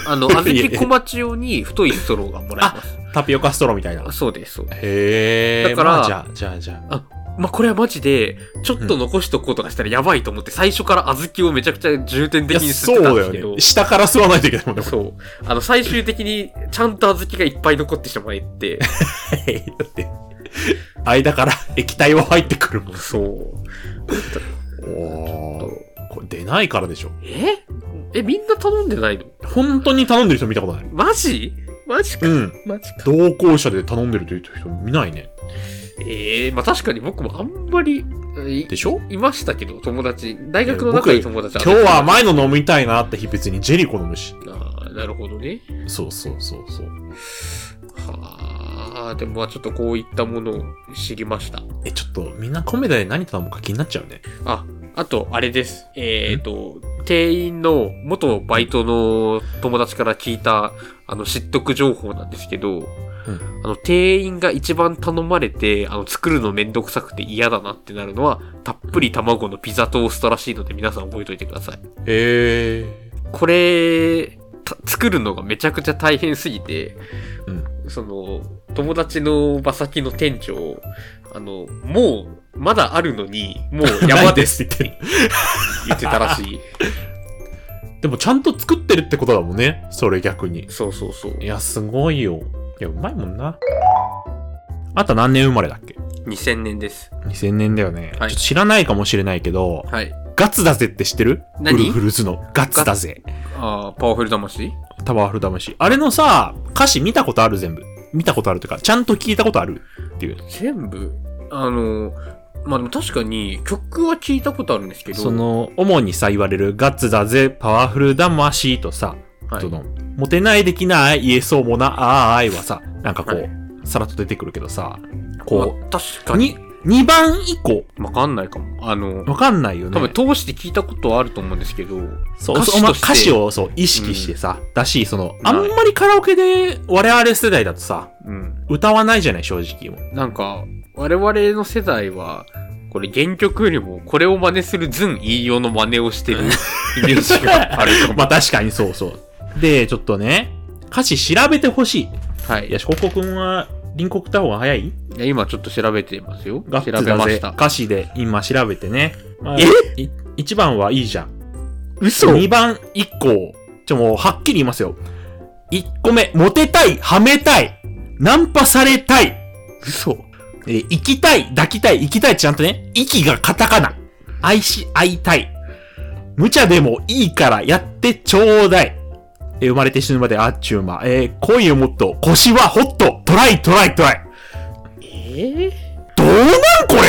Speaker 2: あの、
Speaker 1: や
Speaker 2: 小豆小町用に太いストローがもらえます。
Speaker 1: タピオカストローみたいな。
Speaker 2: そうです、そうです。
Speaker 1: へー。
Speaker 2: だから
Speaker 1: まあじゃあ、じゃあ、じゃあ。
Speaker 2: まあ、これはマジで、ちょっと残しとこうとかしたらやばいと思って、最初から小豆をめちゃくちゃ重点
Speaker 1: い
Speaker 2: 的
Speaker 1: や、
Speaker 2: に吸っ
Speaker 1: そ
Speaker 2: てた
Speaker 1: う
Speaker 2: んです
Speaker 1: だ
Speaker 2: け
Speaker 1: よ
Speaker 2: ど
Speaker 1: ね。。下から吸わないといけないもんね、こ
Speaker 2: そう。あの、最終的に、ちゃんと小豆がいっぱい残ってしまって、
Speaker 1: れ。だって、間から 液体は入ってくるもん。
Speaker 2: そう。
Speaker 1: おーこれ出ないからでしょ。
Speaker 2: ええ、みんな頼んでないの
Speaker 1: 本当に頼んでる人見たことない。
Speaker 2: マジマジか、
Speaker 1: うん。
Speaker 2: マジか。
Speaker 1: 同行者で頼んでるという人見ないね。
Speaker 2: ええまあ確かに僕もあんまり、い
Speaker 1: でしょ
Speaker 2: いましたけど、友達。大学の中に友達
Speaker 1: 今日は甘
Speaker 2: い
Speaker 1: いの飲みたいなって日別にジェリコ飲むし。
Speaker 2: あーなるほどね。
Speaker 1: そうそうそうそう。
Speaker 2: はあ、でもまあちょっとこういったものを知りました。
Speaker 1: え、ちょっとみんな米で何頼むか気になっちゃうね。
Speaker 2: あ、あと、あれです。えっ、と、店員の元バイトの友達から聞いた、あの、知っとく情報なんですけど、
Speaker 1: ん
Speaker 2: あの、店員が一番頼まれて、あの、作るのめんどくさくて嫌だなってなるのは、たっぷり卵のピザトーストらしいので、皆さん覚えといてください。
Speaker 1: へえ。
Speaker 2: これ、た作るのがめちゃくちゃ大変すぎて、
Speaker 1: うん
Speaker 2: その、友達の馬先の店長、あの、もう、まだあるのに、もう
Speaker 1: 山
Speaker 2: 山
Speaker 1: で
Speaker 2: ですす
Speaker 1: っ
Speaker 2: ってて
Speaker 1: 言って
Speaker 2: 言ってたらし い。
Speaker 1: でもちゃんと作ってるってことだもんね。それ逆に。
Speaker 2: そうそうそう。
Speaker 1: いや、すごいよ。いや、うまいもんな。あと何年生まれだっけ
Speaker 2: 2000年です。
Speaker 1: 2000年だよね、
Speaker 2: はい
Speaker 1: ちょっと知らないかもしれないけど、
Speaker 2: はい。
Speaker 1: ガッツだぜって知ってる
Speaker 2: 何
Speaker 1: ウルフルズのガッツだぜ。
Speaker 2: ああ、パワフル魂
Speaker 1: タワーフル魂。あれのさ、歌詞見たことある全部。見たことあるというか、ちゃんと聞いたことあるっていう。
Speaker 2: 全部あの、まあ、でも確かに曲は聞いたことあるんですけど、
Speaker 1: そ、の、主にさ、言われるガッツだぜ、パワフル魂とさ、
Speaker 2: はい
Speaker 1: そ、の、モテないできない、言えそうもな、あーあいはさ、なんかこう、
Speaker 2: はい
Speaker 1: さらっと出てくるけどさ、こ
Speaker 2: まあ確
Speaker 1: う、
Speaker 2: かに、
Speaker 1: に、2番以降、
Speaker 2: わかんないかも。あの、
Speaker 1: わかんないよね。
Speaker 2: 多分通して聞いたことはあると思うんですけど、
Speaker 1: そう
Speaker 2: 歌詞
Speaker 1: そうまあ
Speaker 2: として
Speaker 1: 歌詞をそう意識してさ、だし、その、
Speaker 2: な
Speaker 1: あ
Speaker 2: い
Speaker 1: んまりカラオケで我々世代だとさ、
Speaker 2: うん。
Speaker 1: 歌わないじゃない、正直。
Speaker 2: なんか、我々の世代は、これ原曲よりもこれを真似するズン飯用の真似を してるイメージがあるかも。
Speaker 1: まあ確かにそうそう。で、ちょっとね、歌詞調べてほし。
Speaker 2: はいい。
Speaker 1: いや、広告君は、輪郭った方が早い
Speaker 2: いや今ちょっと調べていますよ。
Speaker 1: ガ
Speaker 2: 調
Speaker 1: ッツ
Speaker 2: べ
Speaker 1: だ
Speaker 2: ま
Speaker 1: ぜ
Speaker 2: した。
Speaker 1: 歌詞で今調べてね。まあ、い一番はいいじゃん。
Speaker 2: 嘘
Speaker 1: 2番以降。ちょ、もう、はっきり言いますよ。1個目、モテたい、はめたい、ナンパされたい。嘘。えー行きたい、抱きたい、行きたい、ちゃんとね、息がカタカナ。愛し、会いたい。無茶でもいいからやってちょうだい。えー生まれて死ぬまであっちゅうま。えー恋をもっと、腰はホット、トライトライトライ。
Speaker 2: え
Speaker 1: どうなんこれ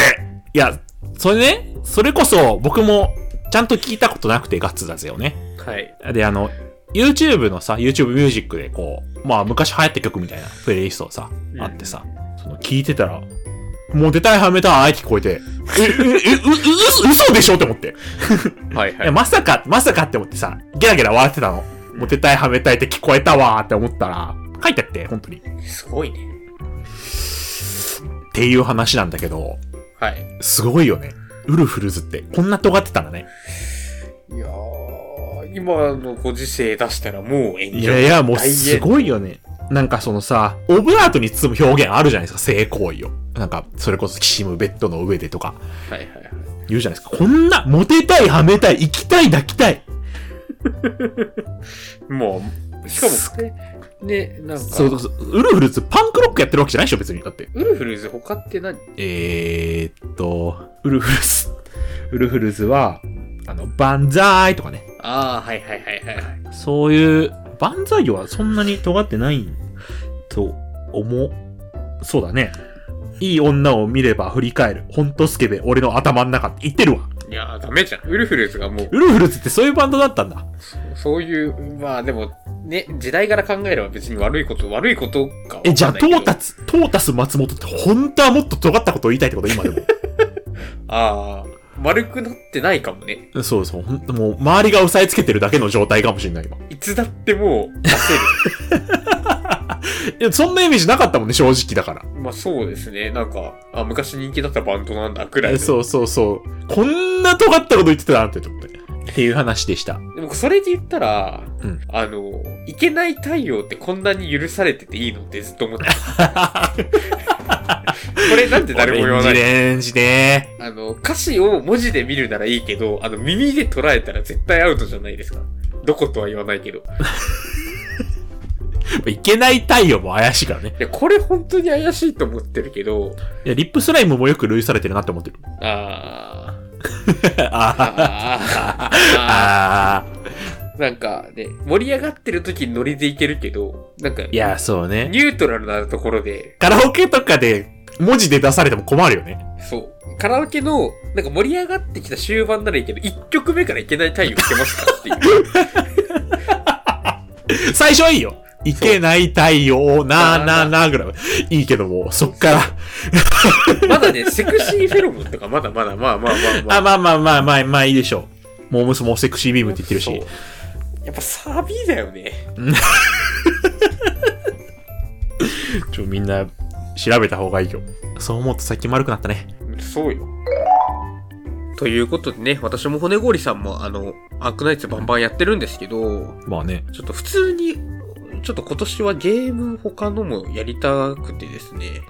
Speaker 1: いや、それね、それこそ僕もちゃんと聞いたことなくてガッツだぜよね。
Speaker 2: ーはい。
Speaker 1: で、あの、YouTube のさ、YouTube ミュージックでこう、まあ昔流行った曲みたいなプレイリストをさ、あってさ、その聞いてたら、モテたいはめたい聞こえて、え、え、え、う、う、嘘でしょって思って。
Speaker 2: はい
Speaker 1: い
Speaker 2: は
Speaker 1: や、
Speaker 2: い。
Speaker 1: まさか、まさかって思ってさ、ゲラゲラ笑ってたの。モテたいはめたいって聞こえたわーって思ったら、書いてあって、本当に。っ
Speaker 2: すごいね。
Speaker 1: ていう話なんだけど、
Speaker 2: はい。
Speaker 1: すごいよね。ウルフルズって、こんな尖ってたんだね。
Speaker 2: いやー、今のご時世出したらもう炎上。
Speaker 1: いやいや、もう
Speaker 2: 大炎
Speaker 1: すごいよね。なんかそのさ、オブラートに包む表現あるじゃないですか、性行為を。なんか、それこそきしむベッドの上でとか、
Speaker 2: はいはいはい。
Speaker 1: 言うじゃないですか。こんな、モテたい、はめたい、行きたい、抱きたい。
Speaker 2: もう、しかも、ね、ねなんか、
Speaker 1: そうそうそう、ウルフルズ、パンクロックやってるわけじゃないでしょ、別に。だって。
Speaker 2: ウルフルズ他って何
Speaker 1: えーっと、ウルフルズ。ウルフルズは、あの、バンザーイとかね。
Speaker 2: ああ、はいはいはいはいはい。
Speaker 1: そういう、万歳魚はそんなに尖ってないと思う。そうだね。いい女を見れば振り返る。ほんとスケベ、俺の頭の中って言ってるわ。
Speaker 2: いやー、ダメじゃん。ウルフルズがもう、
Speaker 1: ウルフルズってそういうバンドだったんだ。
Speaker 2: そういう、まあでも、ね、時代から考えれば別に悪いこと、悪いことか
Speaker 1: え、じゃあ、トータ
Speaker 2: ツ
Speaker 1: ス、トータス松本って本当はもっと尖ったことを言いたいってこと今でも。
Speaker 2: ああ、悪くなってないかもね。
Speaker 1: そうそう。ほんともう、周りが押さえつけてるだけの状態かもしれない今。
Speaker 2: いつだってもう出せる。
Speaker 1: いや、そんなイメージなかったもんね、正直だから。
Speaker 2: まあそうですね。なんか、あ、昔人気だったバンドなんだ、くらいの。
Speaker 1: そうそうそう。こんな尖ったこと言ってたなんてと思って。っていう話でした。
Speaker 2: でもそれで言ったら、
Speaker 1: うん
Speaker 2: あの、いけない太陽ってこんなに許されてていいのってずっと思ってた。 これなんで誰も言わな
Speaker 1: オ
Speaker 2: い
Speaker 1: レンジレンジね。
Speaker 2: あの、歌詞を文字で見るならいいけど、あの、耳で捉えたら絶対アウトじゃないですか。どことは言わないけど。
Speaker 1: いけない太陽も怪しいからね。
Speaker 2: で、これ本当に怪しいと思ってるけど、
Speaker 1: いや、リップスライムもよく類されてるなって思ってる。
Speaker 2: あー。
Speaker 1: あー
Speaker 2: あーあ
Speaker 1: あ
Speaker 2: ーなんかね、盛り上がってる時にノリでいけるけど、なんか、
Speaker 1: ー。いや、そうね。
Speaker 2: ニュートラルなところで、
Speaker 1: カラオケとかで文字で出されても困るよね。
Speaker 2: そう。カラオケの、なんか盛り上がってきた終盤ならいいけど、1曲目からいけない太陽いけますかっていう。
Speaker 1: 最初はいいよ。いけない太陽、なあなあなあぐらい。いいけども、そっから。
Speaker 2: まだね、セクシーフェロモンとかまだまだ、まあまあまあまあ。
Speaker 1: あ、まあまあまあまあ、まあいいでしょう。モームスもセクシービームって言ってるし
Speaker 2: そう。。やっぱサビだよね。
Speaker 1: ちょ、みんな、調べた方がいいよ。そう思うと最近丸くなったね。
Speaker 2: そうよ。ということでね、私も骨氷さんも、あの、アークナイツバンバンやってるんですけど、
Speaker 1: まあね。
Speaker 2: ちょっと普通に、ちょっと今年はゲーム他のもやりたくてですね。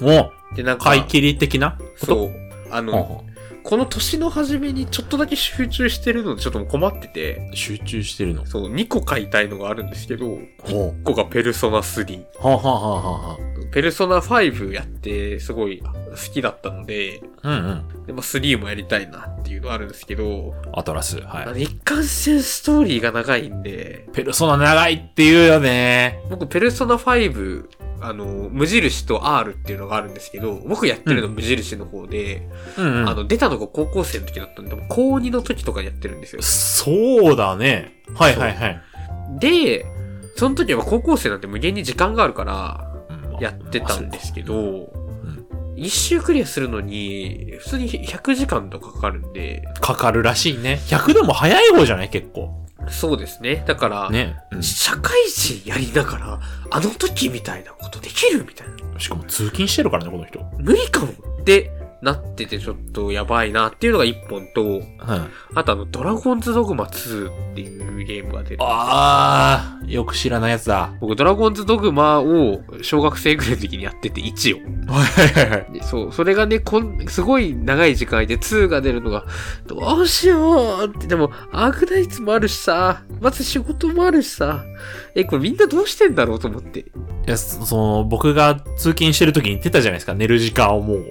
Speaker 1: も
Speaker 2: で、なん
Speaker 1: う、
Speaker 2: か、
Speaker 1: 買い切り的なこと
Speaker 2: そう。あの、
Speaker 1: は
Speaker 2: この年の初めにちょっとだけ集中してるのでちょっともう困ってて、
Speaker 1: あ集中してるの。
Speaker 2: そう、2個買いたいのがあるんですけど、1
Speaker 1: ほう。
Speaker 2: 個がペルソナ3。
Speaker 1: はあ、はあはあは
Speaker 2: ペルソナ5やってすごい好きだったので、
Speaker 1: あ、うんうん。
Speaker 2: でまあ、3もやりたいなっていうのあるんですけど、
Speaker 1: アトラス、は
Speaker 2: あの
Speaker 1: い。
Speaker 2: 一貫性ストーリーが長いんで、
Speaker 1: ペルソナ長いって言うよね。
Speaker 2: 僕ペルソナ5、あの、無印と R っていうのがあるんですけど、僕やってるの無印の方で、
Speaker 1: うん、
Speaker 2: あの、出たのが高校生の時だったんで、高2の時とかにやってるんですよ。
Speaker 1: そうだね。はいはいはい。
Speaker 2: で、その時は高校生なんて無限に時間があるから、やってたんですけど、一周クリアするのに、普通に100時間とかかかるんで、
Speaker 1: かかるらしいね。100でも早い方じゃない結構。
Speaker 2: そうですね。だから、
Speaker 1: ね。うん
Speaker 2: 社会人やりながら、あの時みたいなことできるみたいな。
Speaker 1: しかも通勤してるからね、この人。
Speaker 2: 無理かもってなっててちょっとやばいなっていうのが一本と、
Speaker 1: あ
Speaker 2: あとあの、ドラゴンズドグマ2っていうゲームが出る。
Speaker 1: あー、よく知らないやつだ。
Speaker 2: 僕、ドラゴンズドグマを小学生ぐらいの時にやってて1を。
Speaker 1: はいはいはい。
Speaker 2: でそう、それがね、こん、すごい長い時間で2が出るのが、どうしようって、でも、アークナイツもあるしさ、まず仕事もあるしさ、え、これみんなどうしてんだろうと思って。
Speaker 1: いや、そその、僕が通勤してる時に言ってたじゃないですか。寝る時間をもう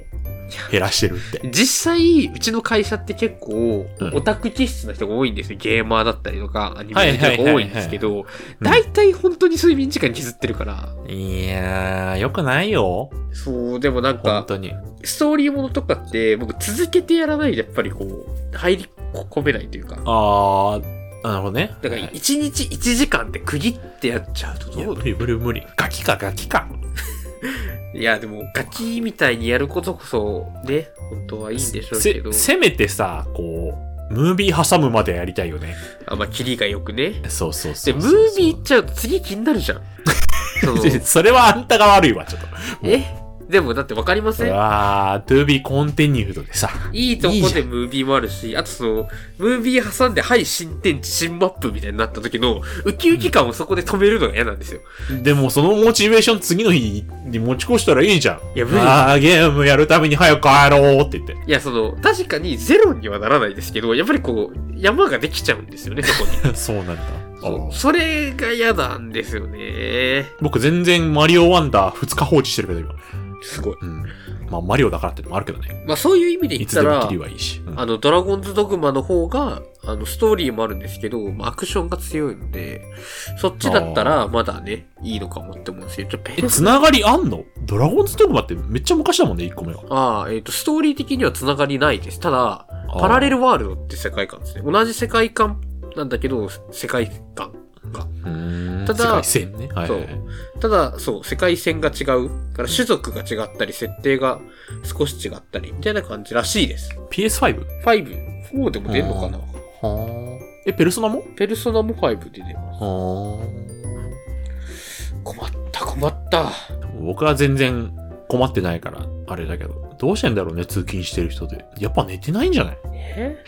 Speaker 1: 減らしてるって。
Speaker 2: 実際、うちの会社って結構
Speaker 1: うん、
Speaker 2: オタク気質な人が多いんですよ。ゲーマーだったりとか、アニメの人が多いんですけど、
Speaker 1: はいはいはい
Speaker 2: 大体本当に睡眠時間削ってるから。
Speaker 1: いやー、よくないよ。
Speaker 2: そう、でもなん
Speaker 1: 本
Speaker 2: か、
Speaker 1: 当に。
Speaker 2: ストーリーものとかって、僕続けてやらないとやっぱりこう、入り込めないというか。
Speaker 1: あー、なるほどね。
Speaker 2: だから
Speaker 1: はい
Speaker 2: 1日1時間って区切ってやっちゃうと
Speaker 1: いや
Speaker 2: どう
Speaker 1: 無理無理無理。ガキかガキか。
Speaker 2: いや、でもガキみたいにやることこそね、本当はいいんでしょうけど
Speaker 1: せ、せめてさ、こう、ムービー挟むまでやりたいよね。
Speaker 2: あんまあキリがよくね。
Speaker 1: そうそうそ
Speaker 2: で、
Speaker 1: う
Speaker 2: ム
Speaker 1: そうそう。
Speaker 2: ービー行っちゃうと次気になる じゃん。その
Speaker 1: それはあんたが悪いわ、ちょっと。
Speaker 2: えでもだってわかりません
Speaker 1: あー、to be continued でさ。
Speaker 2: いいと
Speaker 1: いい
Speaker 2: こ
Speaker 1: じ
Speaker 2: で
Speaker 1: ゃ
Speaker 2: ムービーもあるし、あとその、ムービー挟んで、はい、新天地、新マップみたいになった時の、ウキウキ感をそこで止めるのが嫌なんですよ。
Speaker 1: でもそのモチベーション次の日に持ち越したらいいじゃん。
Speaker 2: いや無理
Speaker 1: あー、ゲームやるために早く帰ろうって言って。
Speaker 2: いや、その、確かにゼロにはならないですけど、やっぱりこう、山ができちゃうんですよね、そこに。
Speaker 1: そうなんだ。
Speaker 2: そうそれが嫌なんですよね。
Speaker 1: 僕全然マリオワンダー2日放置してるけど今。
Speaker 2: すごい。
Speaker 1: うん。まあマリオだからってのもあるけどね。
Speaker 2: まあそういう意味で
Speaker 1: い
Speaker 2: 言っ
Speaker 1: つで
Speaker 2: た
Speaker 1: も切
Speaker 2: ら
Speaker 1: り、はいいし。うん
Speaker 2: あの、ドラゴンズドグマの方が、あの、ストーリーもあるんですけど、まあ、アクションが強いので、そっちだったら、まだね、いいのかもって思うんですけど、ちょペ
Speaker 1: え、
Speaker 2: ル
Speaker 1: つながりあんのドラゴンズドグマってめっちゃ昔だもんね、1個目が。
Speaker 2: ああ、えっ、と、ストーリー的には繋がりないです。ただ、パラレルワールドって世界観ですね。同じ世界観なんだけど、世界観が。
Speaker 1: うーん。
Speaker 2: ただ
Speaker 1: 世界線ね。はいはいはい。
Speaker 2: そうただ、そう、世界線が違う。から種族が違ったり、設定が少し違ったり、みたいな感じらしいです。
Speaker 1: PS5?
Speaker 2: 5、4でも出るのかな
Speaker 1: はあ。え、ペルソナも
Speaker 2: ペルソナも5で出ます。
Speaker 1: は
Speaker 2: 困った、困困った。
Speaker 1: 僕は全然困ってないから、あれだけど。どうしてんだろうね、通勤してる人で。やっぱ寝てないんじゃない
Speaker 2: え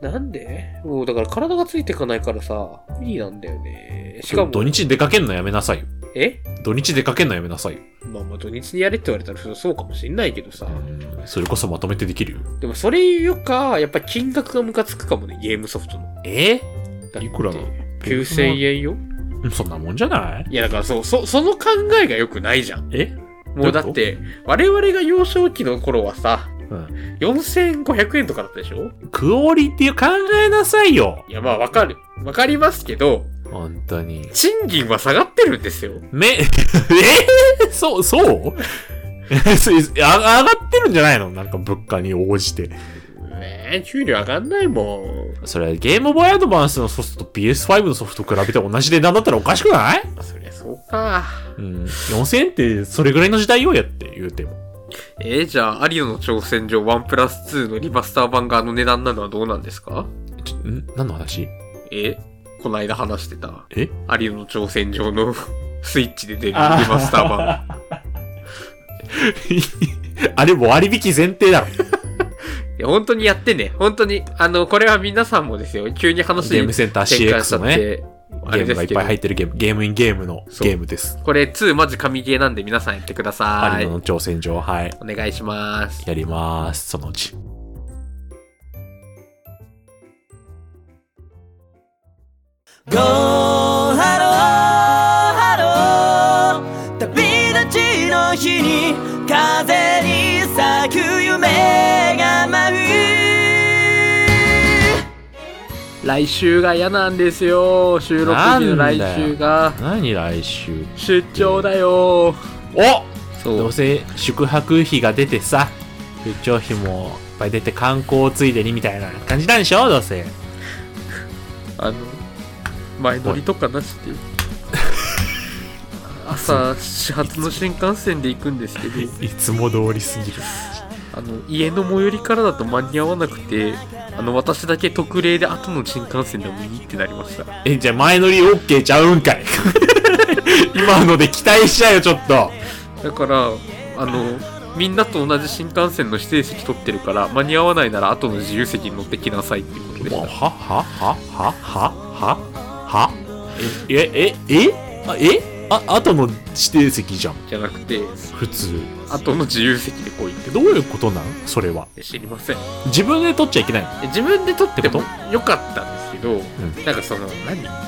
Speaker 2: なんでもうだから体がついてかないからさ、無理なんだよね。しかも、
Speaker 1: 土日出かけんのやめなさいよ。
Speaker 2: え
Speaker 1: 土日出かけんのやめなさいよ。
Speaker 2: まあまあ土日にやれって言われたらそそうかもしんないけどさ。
Speaker 1: うんそれこそまとめてできるよ。
Speaker 2: でもそれよりか、やっぱ金額がムカつくかもね、ゲームソフトの。
Speaker 1: え
Speaker 2: だって
Speaker 1: いくらなの
Speaker 2: ?9000 円よ
Speaker 1: そんなもんじゃない
Speaker 2: いやだからそう、そ、その考えが良くないじゃん。
Speaker 1: え
Speaker 2: もうだって、我々が幼少期の頃はさ、
Speaker 1: うん。
Speaker 2: 4500円とかだったでしょ
Speaker 1: クオリティを考えなさいよ。
Speaker 2: いやまあわかる。わかりますけど、
Speaker 1: 本当に。
Speaker 2: 賃金は下がってるんですよ。
Speaker 1: め、 えーそう、そう えそう上がってるんじゃないのなんか物価に応じて。
Speaker 2: ねえ、給料上がんないもん。
Speaker 1: それ、ゲームボーイアドバンスのソフトと PS5 のソフト比べて同じ値段だったらおかしくない
Speaker 2: そりゃそうか。
Speaker 1: うん。4000円ってそれぐらいの時代よやって言うても。
Speaker 2: えー、じゃあ、アリオの挑戦状1プラス2のリバスター版があの値段なのはどうなんですか
Speaker 1: ちょん何の話
Speaker 2: えこないだ話してた。
Speaker 1: え
Speaker 2: アリオの挑戦状の スイッチで出るリバスター版。
Speaker 1: あれもう割引前提だろ。
Speaker 2: いや、本当にやってね。本当に。あの、これは皆さんもですよ。急に話
Speaker 1: ゲームセンター
Speaker 2: 転換しち
Speaker 1: CX
Speaker 2: ゃっ
Speaker 1: のね、
Speaker 2: て。あ
Speaker 1: ゲ
Speaker 2: れ
Speaker 1: ーム
Speaker 2: で
Speaker 1: がい
Speaker 2: す
Speaker 1: っ
Speaker 2: け
Speaker 1: ぱ
Speaker 2: ど
Speaker 1: い。入ってるゲーム、ゲームインゲームの
Speaker 2: そう
Speaker 1: ゲームです。
Speaker 2: これ2マジ神ゲーなんで皆さんやってくださ
Speaker 1: アリ
Speaker 2: い
Speaker 1: ノ。の挑戦状、はい。
Speaker 2: お願いします。
Speaker 1: やります、そのうち。
Speaker 3: ゴーハローハロー旅立ちの日に風に咲く夢が舞
Speaker 2: 来週が嫌なんですよ。収録日の来週が。
Speaker 1: 何来週
Speaker 2: 出張だよ。
Speaker 1: お
Speaker 2: そ
Speaker 1: ど
Speaker 2: う
Speaker 1: う。せ宿泊費が出てさ、出張費もいっぱい出て観光ついでにみたいな感じなんでしょどうせ。
Speaker 2: あの、前乗りとかなし で。朝、始発の新幹線で行くんですけど、
Speaker 1: いつも通りすぎる。
Speaker 2: あの、家の最寄りからだと間に合わなくて、あの、私だけ特例で後の新幹線でもいいってなりました。
Speaker 1: え、じゃあ前乗り OK ちゃうんかい 今ので期待しちゃうよ、ちょっと。
Speaker 2: だから、あの、みんなと同じ新幹線の指定席取ってるから、間に合わないなら後の自由席に乗ってきなさいっていうことで
Speaker 1: もう
Speaker 2: し
Speaker 1: はははははははええええあえあ後の指定席じゃん
Speaker 2: た。じゃなくて、
Speaker 1: 普通
Speaker 2: 後の自由席で来いって
Speaker 1: どういうことなんそれは
Speaker 2: 知りません。
Speaker 1: 自分で取っちゃいけない の
Speaker 2: 自分で撮っても
Speaker 1: って
Speaker 2: よかったんですけど、
Speaker 1: ん
Speaker 2: なんかその何あ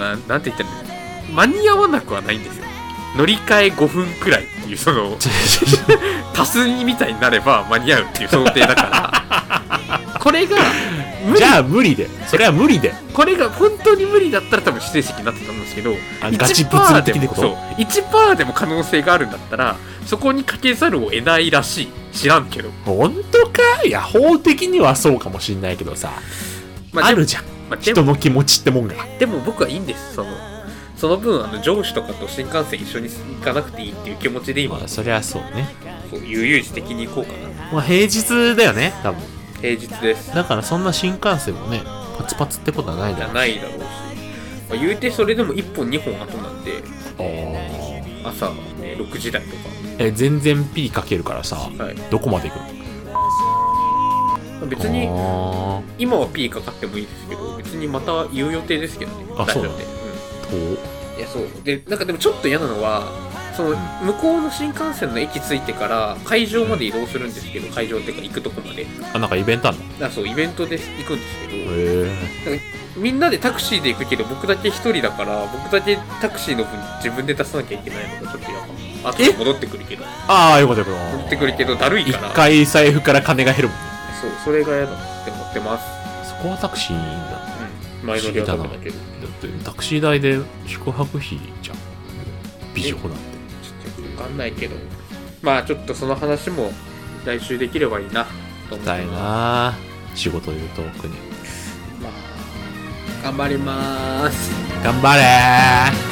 Speaker 2: のななんて言ったらいいの間に合わなくはないんですよ乗り換え5分くらいっていうその足す2みたいになれば 間に合うっていう想定だから これが無理
Speaker 1: じゃあ無理でそれは無理で
Speaker 2: これが本当に無理だったら多分指定席になってたと思うんですけど
Speaker 1: あ
Speaker 2: 1%
Speaker 1: ガチ物理
Speaker 2: で
Speaker 1: 的って
Speaker 2: も
Speaker 1: こと
Speaker 2: そう1%でも可能性があるんだったらそこにかけざるを得ないらしい知らんけど、
Speaker 1: 本当かいや法的にはそうかもしんないけどさ
Speaker 2: ま
Speaker 1: あ
Speaker 2: でも
Speaker 1: るじゃん
Speaker 2: まあでも
Speaker 1: 人の気持ちってもんが
Speaker 2: でも僕はいいんですそのその分あの上司とかと新幹線一緒に行かなくていいっていう気持ちで今
Speaker 1: まあそりゃそうね
Speaker 2: そう悠々自適に行こうかな
Speaker 1: まあ平日だよね多分
Speaker 2: 平日です
Speaker 1: だからそんな新幹線もねパツパツってことはない
Speaker 2: じ
Speaker 1: だ
Speaker 2: ゃ
Speaker 1: ろう
Speaker 2: ないだろうし、まあ、言うてそれでも1本2本後なんで
Speaker 1: あー
Speaker 2: 朝、ね、6時台と
Speaker 1: え全然ピリかけるからさ
Speaker 2: か、はいま
Speaker 1: どこまで行くの
Speaker 2: あ別に
Speaker 1: あ
Speaker 2: 今は P かかってもいいですけど別にまた言う予定ですけどね
Speaker 1: あ
Speaker 2: ラジオ
Speaker 1: そう
Speaker 2: で、
Speaker 1: ーと
Speaker 2: うん、いやそうでなんかでもちょっと嫌なのはその向こうの新幹線の駅着いてから会場まで移動するんですけど会場っていうか行くとこまで
Speaker 1: あなんかイベントあんのへ
Speaker 2: だそうイベントで行くんですけど、
Speaker 1: え
Speaker 2: みんなでタクシーで行くけど僕だけ一人だから僕だけタクシーの分自分で出さなきゃいけないのがちょっと嫌かもあと
Speaker 1: え
Speaker 2: 戻ってくるけど
Speaker 1: ああよかったよかった
Speaker 2: 戻ってくるけどだるい
Speaker 1: 一
Speaker 2: から
Speaker 1: 回財布から金が減るもんね
Speaker 2: そうそれが嫌だなって思ってます、
Speaker 1: そこはタクシーだ
Speaker 2: うん、前乗りはダメだけど
Speaker 1: だってタクシー代で宿泊費じゃん美女なんて
Speaker 2: ちょっとよくわかんないけどまあちょっとその話も来週できればいいなと思って
Speaker 1: だい
Speaker 2: ま
Speaker 1: なー仕事で遠くに
Speaker 2: すまあ頑張ります
Speaker 1: 頑張れー